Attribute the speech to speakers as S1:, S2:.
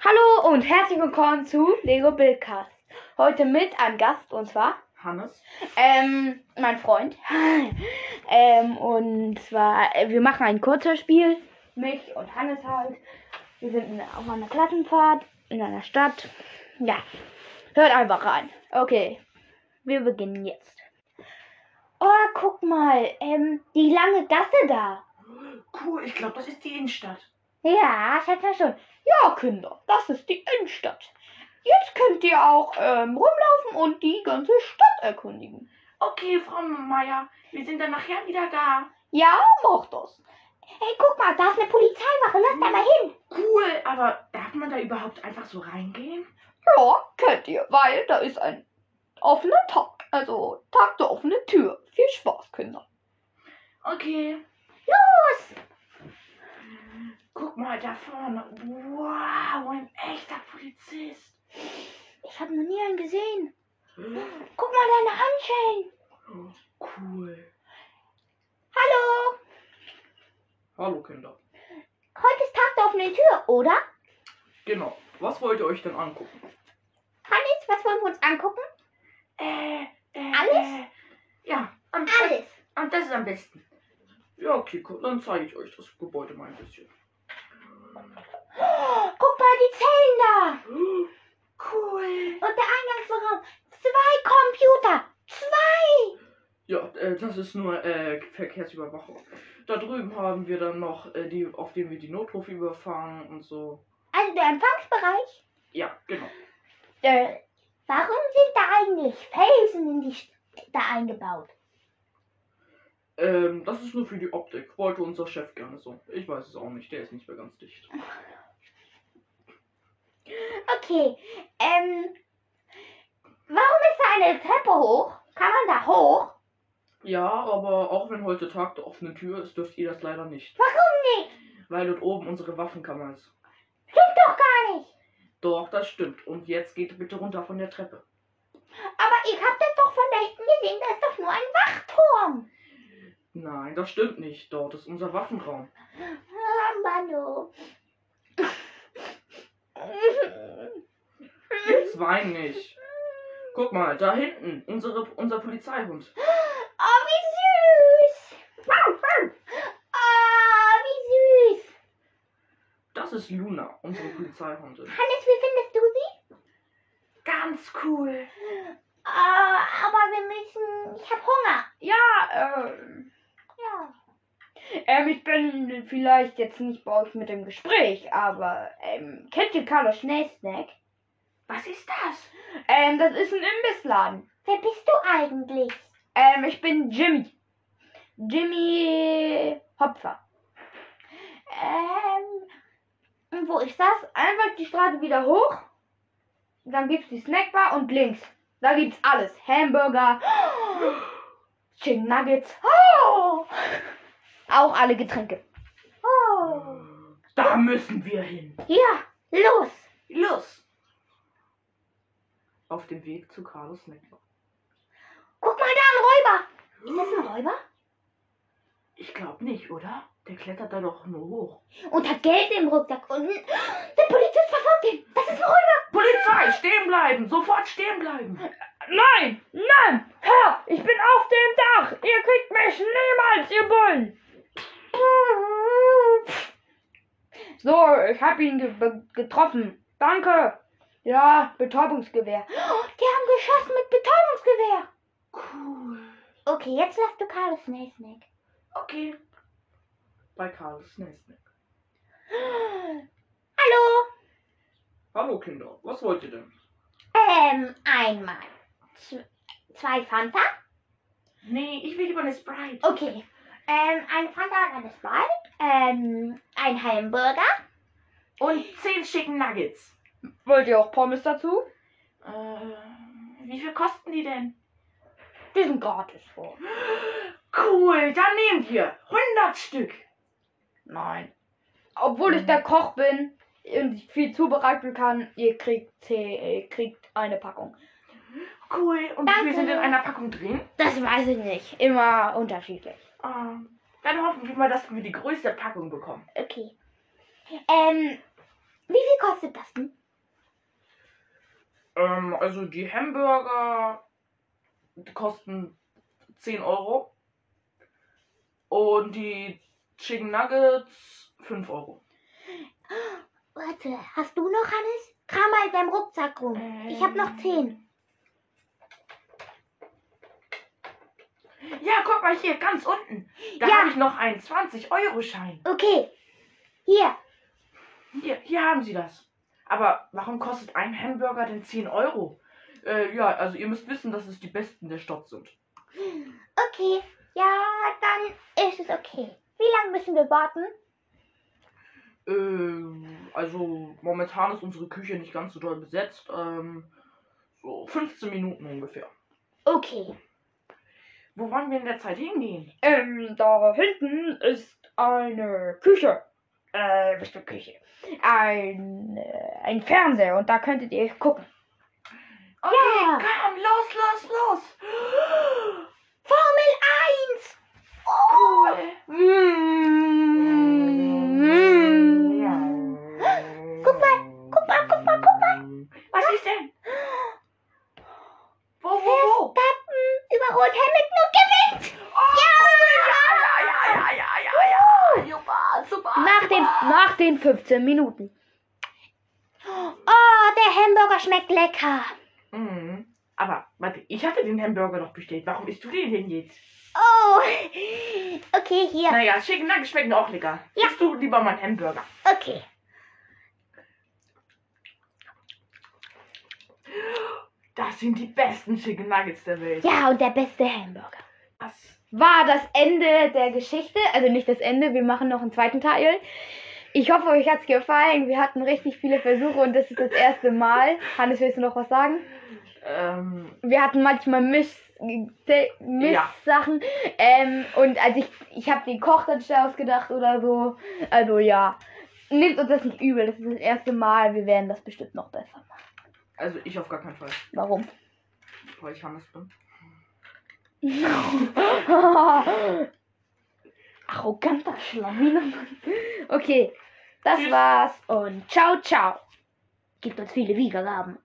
S1: Hallo und herzlich willkommen zu Lego Bildcast. Heute mit einem Gast und zwar
S2: Hannes.
S1: ähm, mein Freund. ähm, und zwar, äh, wir machen ein Kurzhörspiel. Mich und Hannes halt. Wir sind in, auf einer Klassenfahrt in einer Stadt. Ja, hört einfach rein. Okay, wir beginnen jetzt. Oh, guck mal, ähm, die lange Gasse da.
S2: Cool, ich glaube, das ist die Innenstadt.
S1: Ja, ich hatte schon. Ja, Kinder, das ist die Innenstadt. Jetzt könnt ihr auch ähm, rumlaufen und die ganze Stadt erkundigen.
S2: Okay, Frau Meier, wir sind dann nachher wieder da.
S1: Ja, mach das. Hey, guck mal, da ist eine Polizeiwache. Lass da mal hin.
S2: Cool, aber darf man da überhaupt einfach so reingehen?
S1: Ja, könnt ihr, weil da ist ein offener Tag. Also Tag der offenen Tür. Viel Spaß, Kinder.
S2: Okay.
S1: Los!
S2: Guck mal da vorne. Wow, ein echter Polizist.
S1: Ich habe noch nie einen gesehen. Guck mal, deine Handschellen.
S2: Cool.
S1: Hallo.
S3: Hallo Kinder.
S1: Heute ist Tag der offenen Tür, oder?
S3: Genau. Was wollt ihr euch denn angucken?
S1: Hannes, was wollen wir uns angucken?
S2: Äh, äh,
S1: Alles?
S2: Äh, ja, und,
S1: Alles.
S2: und das ist am besten.
S3: Ja, Kiko, dann zeige ich euch das Gebäude mal ein bisschen.
S1: Guck mal, die Zellen da.
S2: Cool.
S1: Und der Eingangsraum. Zwei Computer. Zwei.
S3: Ja, äh, das ist nur äh, Verkehrsüberwachung. Da drüben haben wir dann noch, äh, die, auf dem wir die Notrufe überfahren und so.
S1: Also der Empfangsbereich.
S3: Ja, genau.
S1: Äh, warum sind da eigentlich Felsen in die Städte eingebaut?
S3: Ähm, das ist nur für die Optik. Wollte unser Chef gerne so. Ich weiß es auch nicht. Der ist nicht mehr ganz dicht.
S1: Okay. Ähm, warum ist da eine Treppe hoch? Kann man da hoch?
S3: Ja, aber auch wenn heute Tag der offenen Tür ist, dürft ihr das leider nicht.
S1: Warum nicht?
S3: Weil dort oben unsere Waffenkammer ist.
S1: Stimmt doch gar nicht.
S3: Doch, das stimmt. Und jetzt geht bitte runter von der Treppe.
S1: Aber ich hab das doch von da hinten gesehen. Da ist doch nur ein Wachturm.
S3: Nein, das stimmt nicht. Dort ist unser Waffenraum.
S1: Ah, Manu.
S3: Jetzt wein nicht. Guck mal, da hinten, unsere, unser Polizeihund.
S1: Oh, wie süß! Oh, wie süß!
S3: Das ist Luna, unsere Polizeihundin.
S1: Hannes, wie findest du sie?
S2: Ganz cool.
S1: Oh, aber wir müssen. Ich hab Hunger.
S4: Ja, ähm,
S1: Ja.
S4: ähm, ich bin vielleicht jetzt nicht bei euch mit dem Gespräch, aber ähm, kennt ihr Carlos Schnellsnack?
S2: Was ist das?
S4: Ähm, das ist ein Imbissladen.
S1: Wer bist du eigentlich?
S4: Ähm, ich bin Jimmy. Jimmy Hopfer.
S1: Ähm.
S4: Und wo ist das? Einfach die Straße wieder hoch. Dann gibt's die Snackbar und links. Da gibt's alles. Hamburger, Chicken Nuggets,
S1: Oh!
S4: auch alle Getränke.
S1: Oh!
S3: Da müssen wir hin.
S1: Ja, los!
S2: Los.
S3: Auf dem Weg zu Carlos Neckar.
S1: Guck mal da, ein Räuber! Ist das ein Räuber?
S3: Ich glaube nicht, oder? Der klettert da doch nur hoch.
S1: Und hat Geld im Rucksack. Und der Polizist verfolgt ihn. Das ist ein Räuber!
S3: Polizei, stehen bleiben! Sofort stehen bleiben!
S4: Nein, nein, Herr, ich bin auf dem Dach. Ihr kriegt mich niemals, ihr Bullen. So, ich habe ihn ge be- getroffen. Danke. Ja, Betäubungsgewehr.
S1: Oh, die haben geschossen mit Betäubungsgewehr.
S2: Cool.
S1: Okay, jetzt lass du Carlos Snack Snack.
S2: Okay.
S3: Bei Carlos Neckar.
S1: Hallo.
S3: Hallo Kinder, was wollt ihr denn?
S1: Ähm, einmal. Zw- Zwei Fanta.
S2: Nee, ich will lieber eine Sprite.
S1: Okay. Ähm, ein Fanta und ein Sprite. Ähm, ein Hamburger.
S2: Und zehn Chicken Nuggets.
S4: Wollt ihr auch Pommes dazu?
S2: Äh, wie viel kosten die denn?
S4: Die sind gratis. Oh,
S2: Cool, dann nehmt ihr 100 Stück.
S4: nein. Obwohl
S5: Mhm.
S4: ich der Koch bin und ich viel zubereiten kann, ihr kriegt, zehn- ihr kriegt eine Packung.
S2: Cool, und wie
S1: Danke.
S2: viel sind in einer Packung drin?
S4: Das weiß ich nicht. Immer unterschiedlich.
S2: Ah, dann hoffen wir mal, dass wir die größte Packung bekommen.
S1: Okay. Ähm, wie viel kostet das denn?
S3: Ähm, also die Hamburger kosten 10 Euro. Und die Chicken Nuggets 5 Euro.
S5: Warte, hast du noch, Hannes? Kram mal in deinem Rucksack rum. Ich habe
S4: Ähm.
S5: noch zehn.
S2: Ja, guck mal hier, ganz unten. Da
S5: Ja.
S2: habe ich noch einen 20-Euro-Schein.
S5: Okay. Hier.
S2: Hier, hier haben Sie das.
S3: Aber warum kostet ein Hamburger denn 10 Euro? Äh, ja, also ihr müsst wissen, dass es die besten der Stadt sind.
S5: Okay. Ja, dann ist es okay. Wie lange müssen wir warten?
S3: Ähm, also momentan ist unsere Küche nicht ganz so doll besetzt. Ähm, so 15 Minuten ungefähr.
S5: Okay.
S3: Wo wollen wir in der Zeit hingehen?
S1: Ähm, da hinten ist eine Küche. Äh, was für Küche? Ein, äh, ein Fernseher und da könntet ihr gucken.
S5: Ja.
S2: Komm, los, los, los.
S5: Oh!
S3: Guck mal, guck mal, guck mal, guck mal.
S2: Was ist denn? Wo, wo, wo? Oh,
S5: Pappen über Rot Hamilton und gewinnt!
S2: Ja, ja, ja, ja, ja. Super, super.
S1: Nach den, nach den 15 Minuten.
S5: Oh, der Hamburger schmeckt lecker.
S3: Mhm. Aber warte, ich hatte den Hamburger noch bestellt. Warum isst du den denn jetzt?
S5: Oh. Okay, hier.
S3: Naja, Chicken Nuggets schmecken auch lecker.
S5: Ja.
S3: Isst du lieber meinen Hamburger?
S5: Okay.
S3: Das sind die besten Chicken Nuggets der Welt.
S5: Ja, und der beste Hamburger.
S3: Das
S1: War das Ende der Geschichte. Also nicht das Ende, wir machen noch einen zweiten Teil. Ich hoffe, euch hat's gefallen. Wir hatten richtig viele Versuche und das ist das erste Mal. Hannes, willst du noch was sagen?
S3: ähm,
S1: wir hatten manchmal Miss
S3: Ja.
S1: Miss-Sachen. Ähm, und als ich, ich habe den Koch dann schnell ausgedacht oder so. Also ja, nehmt uns das nicht übel. Das ist das erste Mal. Wir werden das bestimmt noch besser machen.
S3: also ich auf gar keinen Fall,
S1: Warum?
S3: weil ich Hannes bin.
S1: Arroganter Schlawiner. Okay, das
S3: Tschüss.
S1: war's und ciao, ciao. Gibt uns viele Wiedergaben.